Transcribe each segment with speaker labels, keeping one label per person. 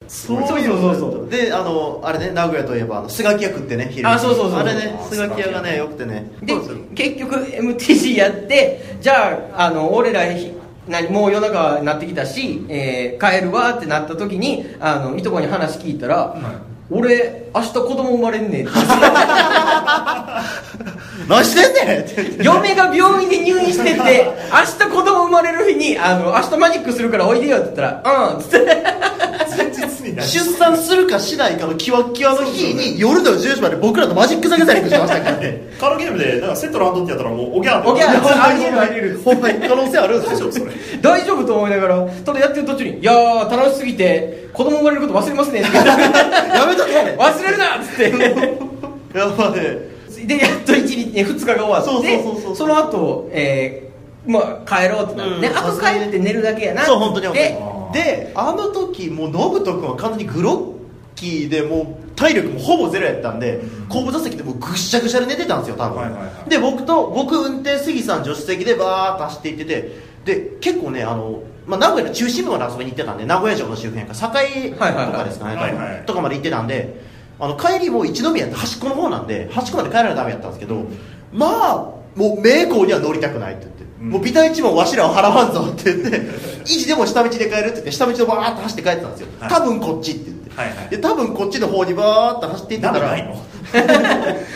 Speaker 1: そう
Speaker 2: そうそうそうそう
Speaker 1: であのあれね名古屋といえばあのスガキ屋食ってね昼に
Speaker 2: あそうそうそう
Speaker 1: あれね
Speaker 3: あ
Speaker 1: スガキ屋が
Speaker 3: スガキ
Speaker 1: ね
Speaker 3: 屋
Speaker 1: よくてね
Speaker 2: で
Speaker 1: そうそう
Speaker 2: 結局 MTG やってじゃああの俺らひ何もう夜中になってきたし、えー帰るわってなった時にあのいとこに話聞いたら、俺明日子供生まれんねんって
Speaker 1: 何してんねんって言って
Speaker 2: 嫁が病院で入院してて明日子供生まれる日にあの明日マジックするからおいでよって言ったら「うん」っつって
Speaker 3: 前日にな
Speaker 1: 出産するかしないかのキワッキワの日に夜の10時まで僕らとマジックザギャザリングしてましたからね
Speaker 3: カラーゲームでなんかセットランドってやったらもうおぎゃーって
Speaker 2: おぎゃーありえるありえ
Speaker 1: ほんまに可能性あるんで
Speaker 3: 大
Speaker 1: す
Speaker 3: 丈
Speaker 1: よ
Speaker 3: 夫それ
Speaker 2: 大丈夫と思いながらただやってる途中に「いやー楽しすぎて子供生まれること忘れますね」って言ったら
Speaker 1: やめとけ
Speaker 2: 忘れるな!」っつって。
Speaker 1: やばい
Speaker 2: でやっと1日え2日が終わって
Speaker 1: そうそうそうそう
Speaker 2: の後、えーまあ帰ろうってなって、
Speaker 1: うん
Speaker 2: ねあと帰って寝るだけやな
Speaker 1: そう本当に本
Speaker 2: で
Speaker 1: 当にであの時もう信人君は完全にグロッキーでもう体力もほぼゼロやったんで後部座席でもうぐっしゃぐしゃで寝てたんですよ多分、
Speaker 3: はいはいはい
Speaker 1: で僕と僕運転杉さん助手席でバーッと走っていっててで結構ねあのまあ、名古屋の中心部まで遊びに行ってたんで名古屋城の周辺か堺とかですかね、
Speaker 3: はいはいは
Speaker 1: 多
Speaker 3: い
Speaker 1: 分とかまで行ってたんであの帰りも一宮って端っこの方なんで端っこまで帰らないとダメやったんですけどまあもう名工には乗りたくないって言って、
Speaker 3: うん
Speaker 1: もうビタ一文わしらを払わんぞって言って維持でも下道で帰るって言って下道をバーッと走って帰ってたんですよ、
Speaker 3: はい
Speaker 1: 多分こっちって言って、
Speaker 3: はいはい
Speaker 1: で多分こっちの方にバーッと走っていってた
Speaker 3: ナ
Speaker 1: ら
Speaker 3: ビないの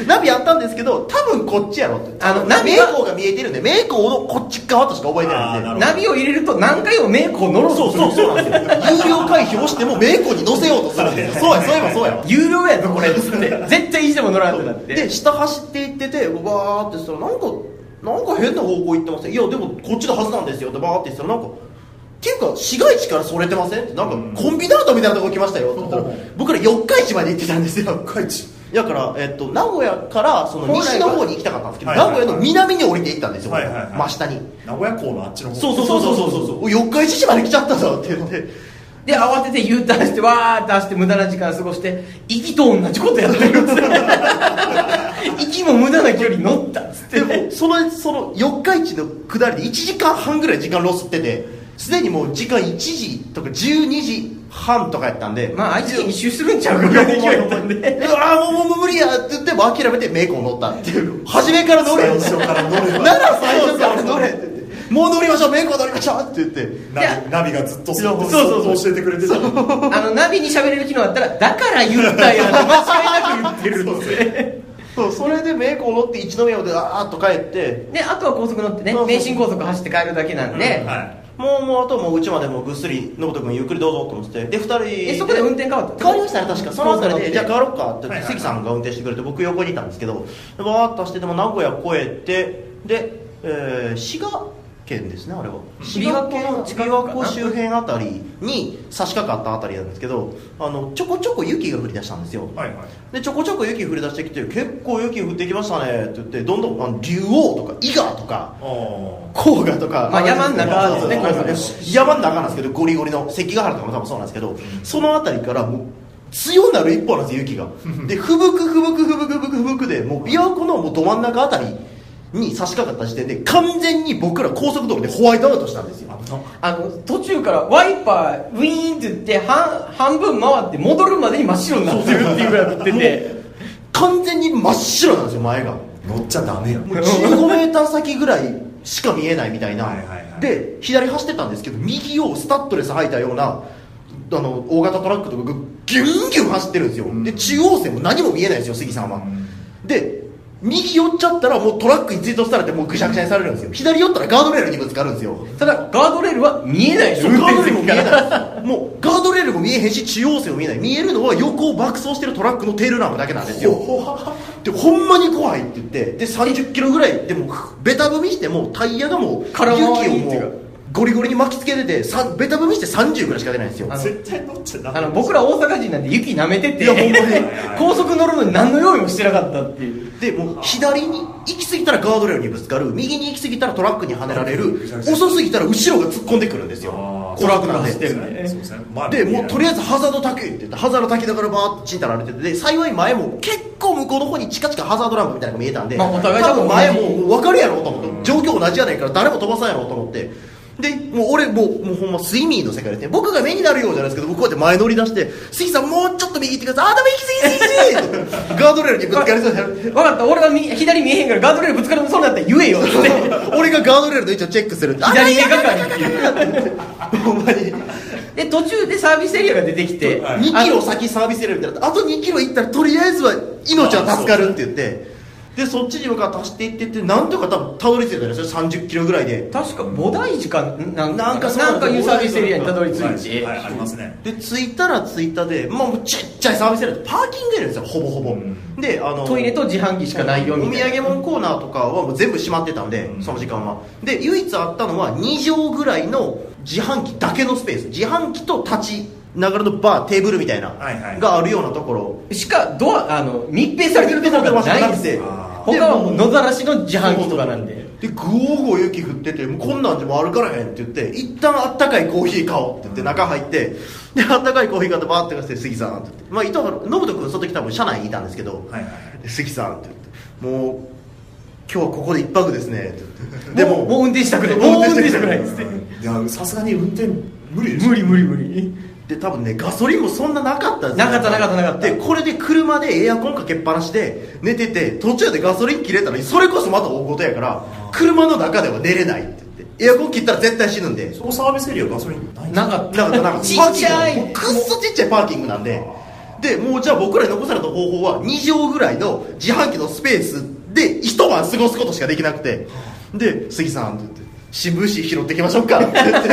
Speaker 1: ナビやったんですけど多分こっちやろって
Speaker 2: あのナビ
Speaker 1: 名
Speaker 2: は
Speaker 1: 工が見えてるんで名工のこっち側としか覚えてないんで
Speaker 3: あーなるほど
Speaker 2: ナビを入れると何回もメイクを乗ろう
Speaker 1: そ
Speaker 2: と
Speaker 1: う
Speaker 2: する
Speaker 1: そうそうなんですよ有料回避をしても名工に乗せようとするんですよそうやそういえばそうやわ
Speaker 2: 有料やぞこれっつって 絶対維持でも乗らんってなって
Speaker 1: で下走っていっててバーってしたらなんかなんか変な方向行ってませんいやでもこっちのはずなんですよってバーってしたらなんかっていうか市街地からそれてませんってなんかコンビナートみたいなとこ来ましたよって言ったら僕ら四日市まで行ってたんですよ四日市だから、えっと、名古屋からその西の方に行きたかったんですけど
Speaker 3: はいはい
Speaker 1: 名
Speaker 3: はい
Speaker 1: 古屋の南に降りて行ったんですよ
Speaker 3: はいはいはい
Speaker 1: 真下に
Speaker 3: 名古屋港のあっちの方
Speaker 1: そうそうそうそうそうそうお四日市市まで来ちゃったぞって言って
Speaker 2: で慌てて U ターンしてわーって走って無駄な時間過ごして息と同じことやってる っつって息も無駄な距離乗ったっつって
Speaker 1: でもそのその四日市の下りで1時間半ぐらい時間ロスっててすでにもう時間1時とか12時半とかやったんで
Speaker 2: まあ愛知県一周するんちゃうか
Speaker 1: い
Speaker 2: ぐ
Speaker 1: や
Speaker 2: ら
Speaker 1: ほ
Speaker 2: い
Speaker 1: ん
Speaker 2: の
Speaker 1: ま
Speaker 2: 勢い
Speaker 1: にほ
Speaker 2: だ
Speaker 1: んま
Speaker 2: ったん
Speaker 1: に
Speaker 2: で
Speaker 1: うわーもうもう無理やって言ってもう諦めてメイクを乗ったっていう初めから乗れよ
Speaker 3: 最初から乗れば
Speaker 1: なら最初から乗れって言ってもう乗りましょうメイクを乗りましょうって言って
Speaker 3: ナビナビがずっと
Speaker 1: いや
Speaker 3: そっと
Speaker 1: そうそうそう
Speaker 3: そっと教えてくれてた
Speaker 2: あのナビに喋れる機能あったらだから言ったよ間違いなく言ってるんですよ
Speaker 1: そうそれでメイクを乗って一宮まであーっと帰って
Speaker 2: であとは高速乗ってね
Speaker 1: そうそう
Speaker 2: 名神高速走って帰るだけなんで、
Speaker 3: はい
Speaker 1: もうもうあともううちまでもうぐっすり信人君ゆっくりどうぞと思ってで二人
Speaker 2: えそこで運転変わった
Speaker 1: 変わりましたね確かその辺りでじゃあ変わろうかって
Speaker 3: はいはいはい
Speaker 1: 関さんが運転してくれて僕横にいたんですけどでわーっとしてでも名古屋越えてで、えー滋賀県ですねあれは滋賀県の
Speaker 2: 琵琶湖の近くかな
Speaker 1: 琵琶湖周辺あたりに差し掛かったあたりなんですけどあのちょこちょこ雪が降り出したんですよ
Speaker 3: はいはい
Speaker 1: でちょこちょこ雪降り出してきて結構雪降ってきましたねって言ってどんどんあの竜王とか伊賀とか
Speaker 3: あ
Speaker 1: 甲賀とか、
Speaker 2: まあ山の中ですね
Speaker 1: そうそうそう
Speaker 2: これは
Speaker 1: 山の中なんですけどゴリゴリの関ヶ原とかも多分そうなんですけど、その辺りからもう強なる一方なんですよ雪がで吹雪吹雪吹雪吹雪吹雪でもう琵琶湖のもうど真ん中あたりに差し掛かった時点で完全に僕ら高速道路でホワイトアウトしたんですよ
Speaker 3: あ危な
Speaker 2: あの途中からワイパーウィーンって言って半半分回って戻るまでに真っ白になってるっていうぐらいなってて
Speaker 1: 完全に真っ白なんですよ前が
Speaker 3: 乗っちゃダメや
Speaker 1: もう15メーター先ぐらいしか見えないみたいな
Speaker 3: はいはいはい
Speaker 1: で左走ってたんですけど右をスタッドレス履いたようなあの大型トラックとかがギュンギュン走ってるんですよ、
Speaker 3: うん
Speaker 1: で中央線も何も見えないんですよ杉さんは、
Speaker 3: うん
Speaker 1: で右寄っちゃったらもうトラックに追突されてもうぐしゃぐしゃにされるんですよ左寄ったらガードレールにぶつかるんですよ
Speaker 2: ただガードレールは見えないでし
Speaker 1: そ
Speaker 2: ょ
Speaker 1: うガードレールも見え
Speaker 2: 運転席から
Speaker 1: ないもうガードレールも見えへんし中央線も見えない見えるのは横を爆走してるトラックのテールランプだけなんですよでほんまに怖いって言ってで30キロぐらいでもベタ踏みしてもうタイヤがもう
Speaker 2: 空回り
Speaker 1: 雪を
Speaker 2: って
Speaker 1: も
Speaker 2: いうか
Speaker 1: うゴリゴリに巻きつけててさベタ踏みして30ぐらいしか出ないんですよ
Speaker 2: あの
Speaker 3: 絶対乗っちゃダメ
Speaker 2: あの僕ら大阪人なんで雪舐めてて
Speaker 1: いやほんまに
Speaker 2: 高速乗るのに何の用意もしてなかったっていう
Speaker 1: でもう左に行き過ぎたらガードレールにぶつかる右に行き過ぎたらトラックにはねられる遅すぎたら後ろが突っ込んでくるんですよ
Speaker 3: あー
Speaker 1: トラックなんで
Speaker 2: 走ってるね
Speaker 3: そうですねまあ
Speaker 1: でもうとり
Speaker 3: あ
Speaker 1: あえずハザード焚けって言ってハザード焚きながらバーッとチンタられててで幸い前も結構向こうの方にチカチカハザードランプみたいなのが見えたんで、
Speaker 2: まあお互い
Speaker 1: 多分前
Speaker 2: 多分
Speaker 1: も分かるやろうと思って、状況同じやないから誰も飛ばさんやろうと思ってでもう俺もうもうほんまスイミーの世界ですね僕が目になるようじゃないですけど僕こうやって前乗り出して「杉さんもうちょっと右行ってくださいあダメ行き過ぎ過ぎ過ぎ」ガードレールにぶつかりそうになる
Speaker 2: 分かった俺がみ左見えへんからガードレールぶつかるそうになったら言えよって
Speaker 1: 俺がガードレールの位置をチェックするって
Speaker 2: 左目がかりっていう
Speaker 1: ほんまに
Speaker 2: で途中でサービスエリアが出てきて、
Speaker 3: はい
Speaker 1: 2キロ先サービスエリアみたいなあと2キロ行ったらとりあえずは命は助かるって言ってでそっちに向かって走っていってってなんとか多分たどり着いたんですよ30キロぐらいで
Speaker 2: 確か菩提寺かんなん
Speaker 1: なんかそう
Speaker 2: なんかいうサービスエリアにたどり着
Speaker 3: はい
Speaker 2: て、
Speaker 3: はい、ありますね。
Speaker 1: で着いたら着いたで、まあ、もうちっちゃいサービスエリアでパーキングエリアですよほぼほぼ、
Speaker 3: うん
Speaker 1: であの
Speaker 2: トイレと自販機しかないよ
Speaker 1: お
Speaker 2: み
Speaker 1: 土
Speaker 2: たいな
Speaker 1: 産物コーナーとかはもう全部閉まってたんで、
Speaker 3: うん
Speaker 1: その時間はで唯一あったのは2畳ぐらいの自販機だけのスペース自販機と立ちながらのバーテーブルみたいな、
Speaker 3: はいはい
Speaker 1: があるようなところ
Speaker 2: しかドアあの密閉されてるところがないんですよ
Speaker 3: あ
Speaker 1: ー
Speaker 2: 他はもう野ざらしの自販機とかなんで
Speaker 1: でグオーゴー雪降っててもうこんなんでも歩からへんって言って一旦あったかいコーヒー買おうって言って中入ってであったかいコーヒー買ってバーって貸して杉さんって言ってまあ伊藤が信人君その時多分車内にいたんですけど
Speaker 3: はいはい
Speaker 1: で杉さんって言ってもう今日はここで一泊ですねって言って
Speaker 2: でももう運転したくないもう運転したくないっつって
Speaker 3: いや、さすがに運転無理でしょ。
Speaker 2: 無理無理無理
Speaker 1: で多分ねガソリンもそんななかったんですよ
Speaker 2: なかったなかったなかった
Speaker 1: でこれで車でエアコンかけっぱなしで寝てて途中でガソリン切れたのにそれこそまた大事やから車の中では寝れないって言ってエアコン切ったら絶対死ぬんで
Speaker 3: そこサービスエリアガソリンないんです
Speaker 2: な
Speaker 3: か
Speaker 2: かっ
Speaker 1: な
Speaker 2: た
Speaker 1: んかなんか
Speaker 2: ちっちゃい
Speaker 1: パーキングもうくっそちっちゃいパーキングなんででもうじゃあ僕らに残された方法は2畳ぐらいの自販機のスペースで一晩過ごすことしかできなくてで杉さんって言って新聞紙拾ってきましょうかって言って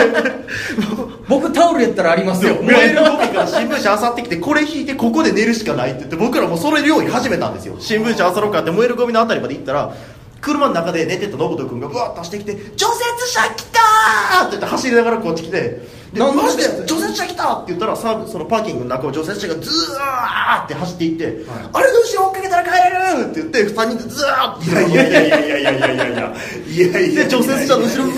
Speaker 2: 僕タオルやったらありますよ
Speaker 1: メールの時から新聞紙漁ってきてこれ引いてここで寝るしかないって言って僕らもうそれ料理始めたんですよ新聞紙漁ろうかって燃えるゴミのあたりまで行ったら車の中で寝てた信人君がぶわっと走ってきて「除雪車来た!」って言って走りながらこっち来て「で
Speaker 2: なんで
Speaker 1: マジで除雪車来た!」って言ったらサーブそのパーキングの中を除雪車がずーって走っていって「
Speaker 3: はい
Speaker 1: あれどうしよう追っかけたら帰れる!」って言って3人でずーって
Speaker 3: いやいやいやいやいやいやいやいやいやいや
Speaker 1: で除雪車の後ろう
Speaker 3: い
Speaker 1: わ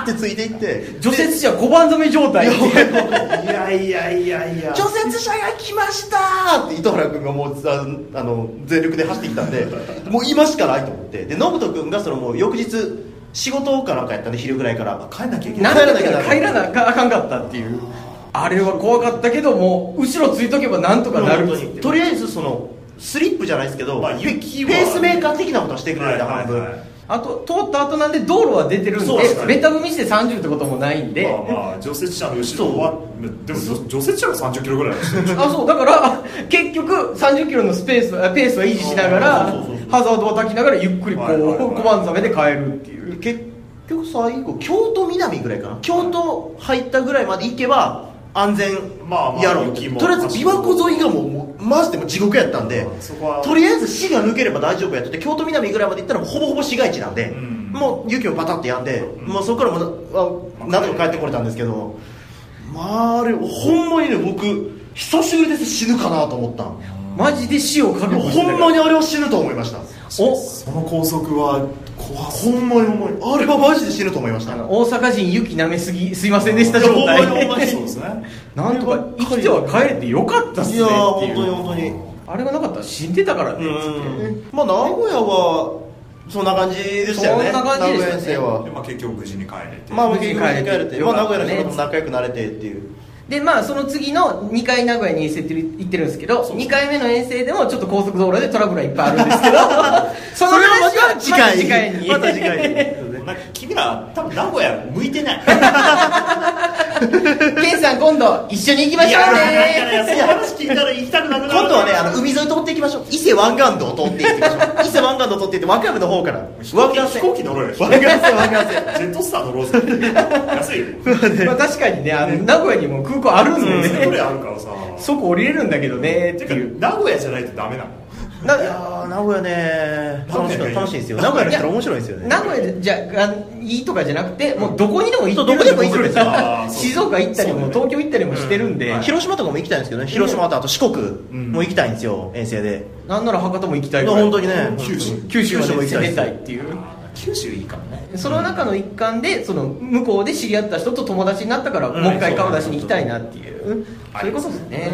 Speaker 1: ーってついていって
Speaker 2: 除雪車小判染め状態
Speaker 3: やいやいやいや
Speaker 1: 除雪車が来ましたーって糸原君がもうああの全力で走ってきたんでもう今しかないと思ってで信人君がそのもう翌日仕事かなんかやったんで昼ぐらいから
Speaker 3: 帰んなきゃいけない
Speaker 2: なんだか帰らなあかんかったっていうあれは怖かったけどもう後ろついとけばなんとかなるっつって
Speaker 1: とりあえずそのスリップじゃないですけど、
Speaker 3: まあ
Speaker 1: ペ
Speaker 3: 雪は
Speaker 1: ペースメーカー的なことはしてくれるんで半分、
Speaker 3: はいはいはい
Speaker 2: あと通った後なんで道路は出てるんで
Speaker 3: そうですね
Speaker 2: ベタ踏みして30ってこともないんで、
Speaker 3: まあまあ除雪車の後ろはでも除除雪車が三十キロぐらいだし
Speaker 2: あそうだから結局30キロのスペースあペースを維持しながら
Speaker 1: そうそうそうそう
Speaker 2: ハザードを焚きながらゆっくりこう
Speaker 3: はいはいはい
Speaker 2: 小判ざめで帰るっていう
Speaker 1: 結局最後京都南ぐらいかな京都入ったぐらいまで行けば安全
Speaker 3: まあまあ
Speaker 1: やろうって
Speaker 3: 雪も
Speaker 1: とりあえず琵琶湖沿いがもうもうマジでもう地獄やったんで
Speaker 3: そこは
Speaker 1: とりあえず市が抜ければ大丈夫やってて京都南ぐらいまで行ったらほぼほぼ市街地なんで、
Speaker 3: うん
Speaker 1: もう雪もパタってやんで、まあ、そこからまたあなんとか帰ってこれたんですけどまああれほんまにね僕久しぶりです死ぬかなと思ったん
Speaker 2: マジで死を覚悟して
Speaker 1: ほんまにあれは死ぬと思いました
Speaker 2: お
Speaker 3: その高速は怖
Speaker 1: ほ
Speaker 3: そうん
Speaker 1: まにほんまにあれはマジで死ぬと思いました
Speaker 2: あの大阪人雪舐めすぎすいませんでした状
Speaker 1: いやほんまにほんまに
Speaker 2: 態で
Speaker 3: そうですね
Speaker 2: なんとか生きては帰れてよかったっすねっていう
Speaker 1: 本当に
Speaker 2: あれがなかったら死んでたからねっつって
Speaker 1: うんまあ名古屋はそんな感じでしたよね
Speaker 2: そんな感じでした
Speaker 1: 名古屋遠
Speaker 2: ね
Speaker 1: 征は
Speaker 3: でまあ結局無事に帰れて
Speaker 1: まあ無
Speaker 2: 無
Speaker 1: 事
Speaker 2: 事
Speaker 1: に
Speaker 2: に
Speaker 1: 帰
Speaker 2: 帰
Speaker 1: れ
Speaker 2: れ
Speaker 1: て
Speaker 2: て
Speaker 1: まあ、名古屋の人とも仲良くなれてっていう
Speaker 2: でまあその次の2回名古屋に遠征ってる行ってるんですけど2回目の遠征でもちょっと高速道路でトラブルはいっぱいあるんですけどその話はまた次回に
Speaker 1: また次回に
Speaker 3: なんか君ら多分名古屋向いてない
Speaker 2: ケンさん今度一緒に行きましょうね
Speaker 3: いや話聞いたら行きたくなくなる
Speaker 1: 今度はねあの海沿い通っていきましょう伊勢湾岸道を通っていきましょう伊勢湾岸道を通っていって和歌山の方から湾岸
Speaker 3: 飛
Speaker 1: 線湾
Speaker 3: 行機飛行機乗ろうよ
Speaker 1: 岸線湾岸線
Speaker 3: ジェットスター乗ろうぜ安い
Speaker 2: ま
Speaker 3: よ
Speaker 2: あ確かにねあの名古屋にも空港あるんで
Speaker 3: それ
Speaker 2: ね
Speaker 3: あるからさ
Speaker 2: そこ降りれるんだけどねって
Speaker 3: て
Speaker 2: いう
Speaker 3: か名古屋じゃないとダメなの
Speaker 2: ない
Speaker 1: やー名古屋ね楽しい
Speaker 3: 名古屋がいい
Speaker 1: 楽しいんですよ名古屋の人ら面白いんですよね
Speaker 2: 名古屋じゃあいいとかじゃなくてもうどこにでも行って
Speaker 1: そうどこでもいい ですよ
Speaker 3: あーそう
Speaker 2: 静岡行ったりも東京行ったりもしてるんで、
Speaker 3: うんはい
Speaker 1: 広島とかも行きたいんですけどね広島とあと四国
Speaker 3: ん
Speaker 1: も行きたいんですよ遠征で
Speaker 2: なんなら博多も行きたいぐらい
Speaker 1: 本当にね
Speaker 3: 九州
Speaker 2: 九州まで
Speaker 1: も行き
Speaker 2: 攻
Speaker 1: たい
Speaker 2: め
Speaker 1: です
Speaker 2: たいっていう
Speaker 3: 九州いいかもね
Speaker 2: その中の一環でその向こうで知り合った人と友達になったから
Speaker 1: うん
Speaker 2: もう一回顔出しに行きたいなっていうそういうことですね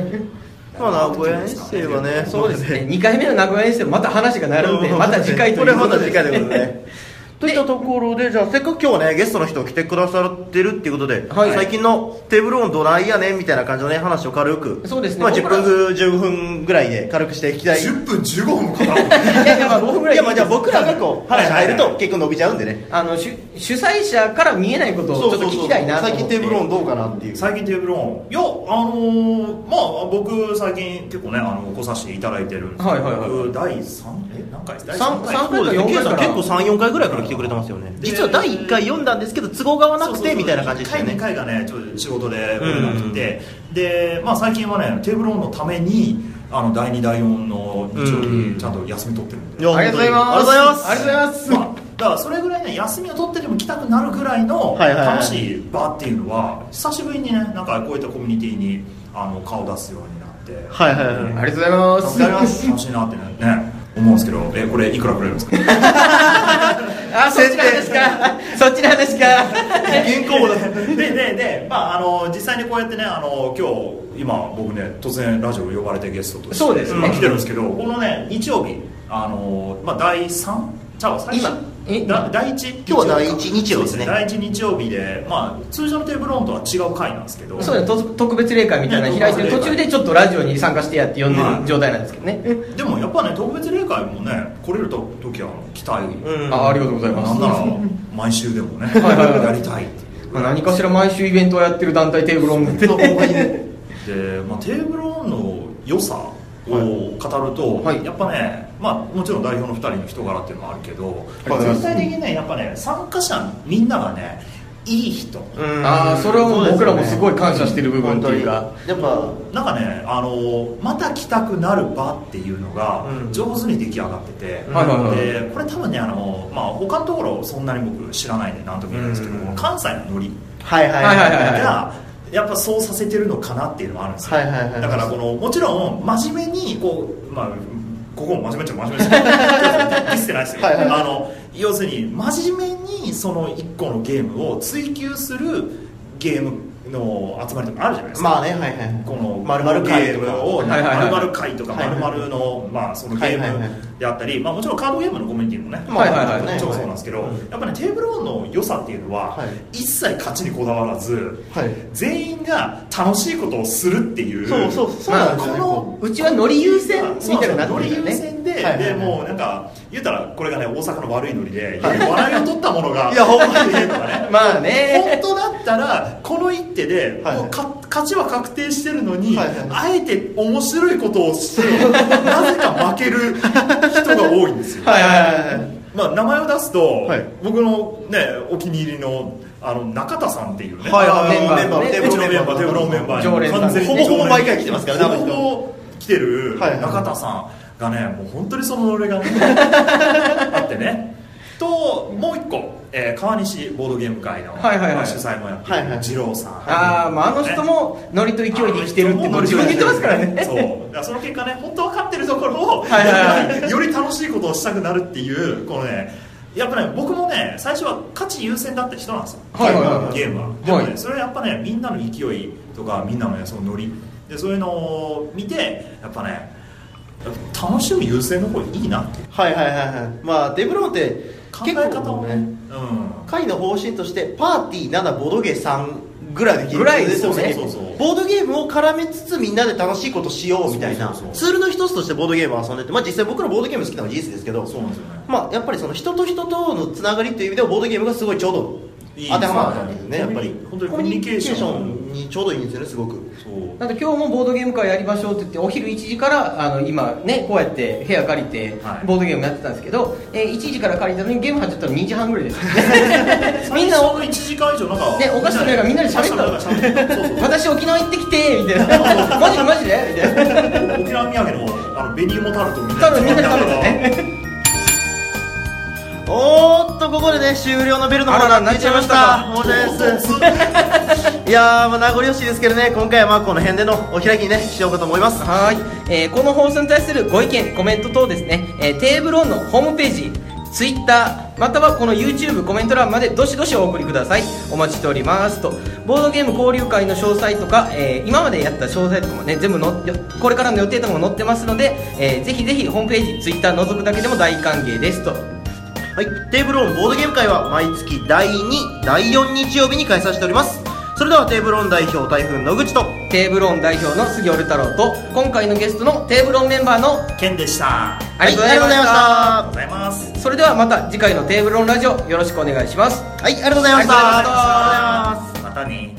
Speaker 1: まあ名古屋遠征はね
Speaker 2: そうですね2回目の名古屋遠征また話がなるんで
Speaker 1: うん
Speaker 2: また次回と
Speaker 1: こ
Speaker 2: い
Speaker 1: れ
Speaker 2: う
Speaker 1: はま
Speaker 2: こ
Speaker 1: た
Speaker 2: と
Speaker 1: 次
Speaker 2: で
Speaker 1: 回ということでねといった ところでじゃあせっかく今日はねゲストの人が来てくださってるっていうことで、
Speaker 2: はい
Speaker 1: 最近のテーブル音どないやねんみたいな感じのね話を軽く
Speaker 2: そうですね
Speaker 1: まあ、10
Speaker 2: 僕ら
Speaker 1: 分15分ぐらいで軽くしていきたい
Speaker 3: 10分15分もかかるの
Speaker 2: いやいやまあ5分ぐらい
Speaker 1: いやまあじゃあ僕らがこう話入る
Speaker 3: はいはい
Speaker 1: と結構伸びちゃうんでね
Speaker 2: あの主主催者から見えないことをちょっと聞きたいなと
Speaker 1: 最
Speaker 2: 思
Speaker 1: 近
Speaker 2: って
Speaker 1: テーブル音どうかなっていう
Speaker 3: 最近テーブルオンいやあのーまあ僕最近結構ねあの来させていただいてるんですけど、
Speaker 2: はいはいはい
Speaker 3: 僕第3え何回第
Speaker 2: 三
Speaker 3: 三
Speaker 2: 三
Speaker 1: そうですね、
Speaker 2: 四
Speaker 1: ケイ
Speaker 2: 回
Speaker 1: さ
Speaker 2: か
Speaker 1: ん
Speaker 2: ら
Speaker 1: 結構34回ぐらいから来てくれてますよね
Speaker 3: で
Speaker 1: 実は第1回読んだんですけど都合が合わなくてみたいな感じでしたよね
Speaker 3: 1回2回がねちょっと仕事で来れなくて、で、まあ、最近はねテーブルオンのためにあの第2第4の日曜
Speaker 1: うん
Speaker 3: 日ちゃんと休み取ってるんで、
Speaker 1: いや
Speaker 2: ありがとうございます
Speaker 1: 本当に
Speaker 2: ありがとうございます
Speaker 3: まあ、だからそれぐらいね休みを取ってでも来たくなるぐらいの
Speaker 1: はいはいはい
Speaker 3: 楽しい場っていうのは久しぶりにねなんかこういったコミュニティにあの顔出すようになって
Speaker 1: はいはいはい
Speaker 2: ありがとうご
Speaker 3: 楽し
Speaker 2: ざいます
Speaker 3: 楽しいなってね思うんですけどえこれいくらくれるんですか
Speaker 2: あそっちの話かそっちの話か
Speaker 3: 現行でででで、まあ、あの実際にこうやってねあの今日今僕ね突然ラジオ呼ばれてゲストとして
Speaker 2: そうですね
Speaker 3: 来てるんですけどこのね日曜日あの、まあ、第3ちゃうわ最初
Speaker 2: 今え
Speaker 3: だ第一
Speaker 1: 今日は第一日曜ですね
Speaker 3: そう第一日曜日で、まあ、通常のテーブルオンとは違う回なんですけど
Speaker 2: そうねと特別例会みたいなの開いてる途中でちょっとラジオに参加してやって呼んでる状態なんですけどね、
Speaker 3: でもやっぱね特別例会もね来れると時は来たい、
Speaker 1: うん
Speaker 2: あありがとうございま
Speaker 3: な
Speaker 2: す
Speaker 3: んなら毎週でもね
Speaker 2: はいはいはい
Speaker 3: やりたいっていう
Speaker 2: まあ何かしら毎週イベントをやってる団体テーブルオンなんて
Speaker 1: そんな方がいいね
Speaker 3: で、まあ、テーブルオンの良さを語ると、
Speaker 2: はい
Speaker 3: やっぱね、まあ、もちろん代表の2人の人柄っていうのはあるけど、
Speaker 1: はい
Speaker 3: 全体的にねやっぱね参加者みんながねいい人
Speaker 1: うん
Speaker 2: ああそれはもう僕らもすごい
Speaker 1: そう
Speaker 2: 感謝してる部分っていうか
Speaker 1: ですよね本
Speaker 3: なんかねあのまた来たくなる場っていうのが
Speaker 1: うん
Speaker 3: 上手に出来上がってて、
Speaker 2: はいはいはい
Speaker 3: でこれ多分ねあの、まあ、他のところそんなに僕知らないんで何とも言えないんですけど、
Speaker 1: うん
Speaker 3: 関西のノリ
Speaker 1: 当にはいはい
Speaker 2: はいはいはい
Speaker 3: がやっぱそうさせてるのかなっていうのもあるんですよ、
Speaker 1: はいはいはい
Speaker 3: だからこのもちろん真面目にこうまあここも真面目っちゃ真面目ですけ どディスってないですよ、
Speaker 1: はいはいはい
Speaker 3: あの要するに真面目にその一個のゲームを追求するゲームの集まりとかあるじゃないですか、
Speaker 1: まあねはいはいはい
Speaker 3: この
Speaker 1: 丸々
Speaker 3: ゲ
Speaker 1: 会と
Speaker 3: ー
Speaker 1: か
Speaker 3: ムを
Speaker 2: はいはいはい
Speaker 3: 丸々会とか
Speaker 1: はいはい
Speaker 3: 丸々のまあそのゲ
Speaker 1: はいはいはい
Speaker 3: ームであったりまあもちろんカードゲームのコミュニティもね
Speaker 1: ま
Speaker 2: あはいはいはい
Speaker 3: もちろんそうなんですけど
Speaker 1: うん
Speaker 3: やっぱねテーブルオンの良さっていうのは
Speaker 1: はい
Speaker 3: 一切勝ちにこだわらず
Speaker 1: はい
Speaker 3: 全員が楽しいことをするっていう
Speaker 1: そうそうそうなんですよね
Speaker 3: まあこ
Speaker 1: こ
Speaker 3: の
Speaker 2: うちはノリ優先みたいなの
Speaker 3: ノ
Speaker 2: に
Speaker 3: リ
Speaker 2: なって
Speaker 3: 優
Speaker 2: るよね
Speaker 3: 先で、
Speaker 1: はいはいはい
Speaker 3: でもうなんか言うたらこれがね大阪の悪いノリで、笑いを取ったものが
Speaker 1: いやほんまに
Speaker 3: っていうのがね
Speaker 2: まあね
Speaker 3: 本当だったらこの一手で、
Speaker 1: はい
Speaker 3: もうか勝ちは確定してるのに、
Speaker 1: はいはい
Speaker 3: あえて面白いこと をしてなぜか負ける人が多いんですよ、
Speaker 2: はいはいはい
Speaker 1: はい
Speaker 3: まあ、名前を出すと、
Speaker 1: はい
Speaker 3: 僕のねお気に入りのあの中田さんっていうね、
Speaker 1: はいはい
Speaker 2: メンバー
Speaker 1: メンバー
Speaker 2: ね
Speaker 1: テーブ
Speaker 3: う
Speaker 1: ル
Speaker 3: ちのメンバー、テーブルのメンバーに完全に常連
Speaker 1: ほぼほぼ毎回来てますからねあの
Speaker 3: ほ
Speaker 1: 人
Speaker 3: ぼほぼ来てる
Speaker 1: はいはい
Speaker 3: 中田さんがね、もう本当にその俺 がね、あってね。と、もう一個、えー川西ボードゲーム会の主
Speaker 2: はいはいはい
Speaker 3: 催もやって
Speaker 1: はいは
Speaker 3: る
Speaker 1: い
Speaker 3: 二郎さん。
Speaker 2: ああまああの人もノリと勢いで生きてるって
Speaker 3: も
Speaker 2: 自分で言ってますからね
Speaker 3: そうだからその結果ね本当分かってるところを、
Speaker 2: はいはい
Speaker 3: やっぱりより楽しいことをしたくなるっていうこのねやっぱね僕もね最初は価値優先だった人なんですよ、
Speaker 2: はいはいはい
Speaker 3: ゲームはでもね、
Speaker 2: はい
Speaker 3: それはやっぱねみんなの勢いとかみんなのねそのノリでそういうのを見てやっぱねやっぱ楽しむ優先の方がいいなって
Speaker 1: はいはいはいはいまあデブロンって
Speaker 3: 考え
Speaker 1: 結構
Speaker 3: 方をねうん
Speaker 1: 会の方針としてパーティー7ボードゲー3ぐらいできる
Speaker 2: ぐらいですよね
Speaker 3: そうそうそう
Speaker 1: ボードゲームを絡めつつみんなで楽しいことしようみたいな
Speaker 3: そうそうそう
Speaker 1: ツールの一つとしてボードゲームを遊んでて、まあ、実際僕らボードゲーム好きなのは事実ですけど
Speaker 3: そうなんですよね
Speaker 1: まあ、やっぱりその人と人とのつながりという意味ではボードゲームがすごいちょうど
Speaker 3: いい
Speaker 1: 当てはまったんですねや
Speaker 3: そ
Speaker 1: っ
Speaker 3: う
Speaker 1: ぱり
Speaker 3: 本当にコミュニケーション
Speaker 1: コミュニケーションにちょうどいいんですよねすごく
Speaker 3: そう
Speaker 2: なんで今日もボードゲーム会やりましょうって言ってお昼1時からあの今ねこうやって部屋借りて
Speaker 3: はい
Speaker 2: ボードゲームやってたんですけど、えー1時から借りたのにゲーム始まったの2時半ぐらいです みんな
Speaker 3: 1時間以上なんか
Speaker 2: ねお菓子食べながらみんなで喋ったの
Speaker 3: お菓子食べながら喋っ たそうそう
Speaker 2: 私沖縄行ってきてみたい なマジでマジでみたいな
Speaker 3: 沖縄土産のあのベニーモタルトみた
Speaker 2: 多
Speaker 3: いな
Speaker 2: 分みんなで食べたね
Speaker 1: おーっとここでね終了のベルの方
Speaker 2: あら
Speaker 1: が
Speaker 2: ら
Speaker 1: 鳴っちゃいました
Speaker 2: 鳴
Speaker 1: 申し訳ないですいやーまあ名残惜しいですけどね今回はまあこの辺でのお開きにねしようかと思います
Speaker 2: はい、えーこの放送に対するご意見コメント等ですね、えーテーブルオンのホームページ Twitter またはこの YouTube コメント欄までどしどしお送りくださいお待ちしておりますとボードゲーム交流会の詳細とか、えー今までやった詳細とかもね全部のよこれからの予定とかも載ってますので、えーぜひぜひホームページ Twitter 覗くだけでも大歓迎ですと
Speaker 1: はい、テーブルオンボードゲーム会は毎月第2、第4日曜日に開催しております。それではテーブルオン代表台風野口と、
Speaker 2: テーブルオン代表の杉織太郎と今回のゲストのテーブルオンメンバーの
Speaker 3: ケンでしたあり
Speaker 2: ありがとうございまし
Speaker 1: は
Speaker 3: がとうございます
Speaker 2: たそれではまた次回のテーブルオンラジオよろしくお願いします
Speaker 1: い、ありがとうございました。
Speaker 2: ありがとうございました
Speaker 1: ありがとうございます
Speaker 3: またね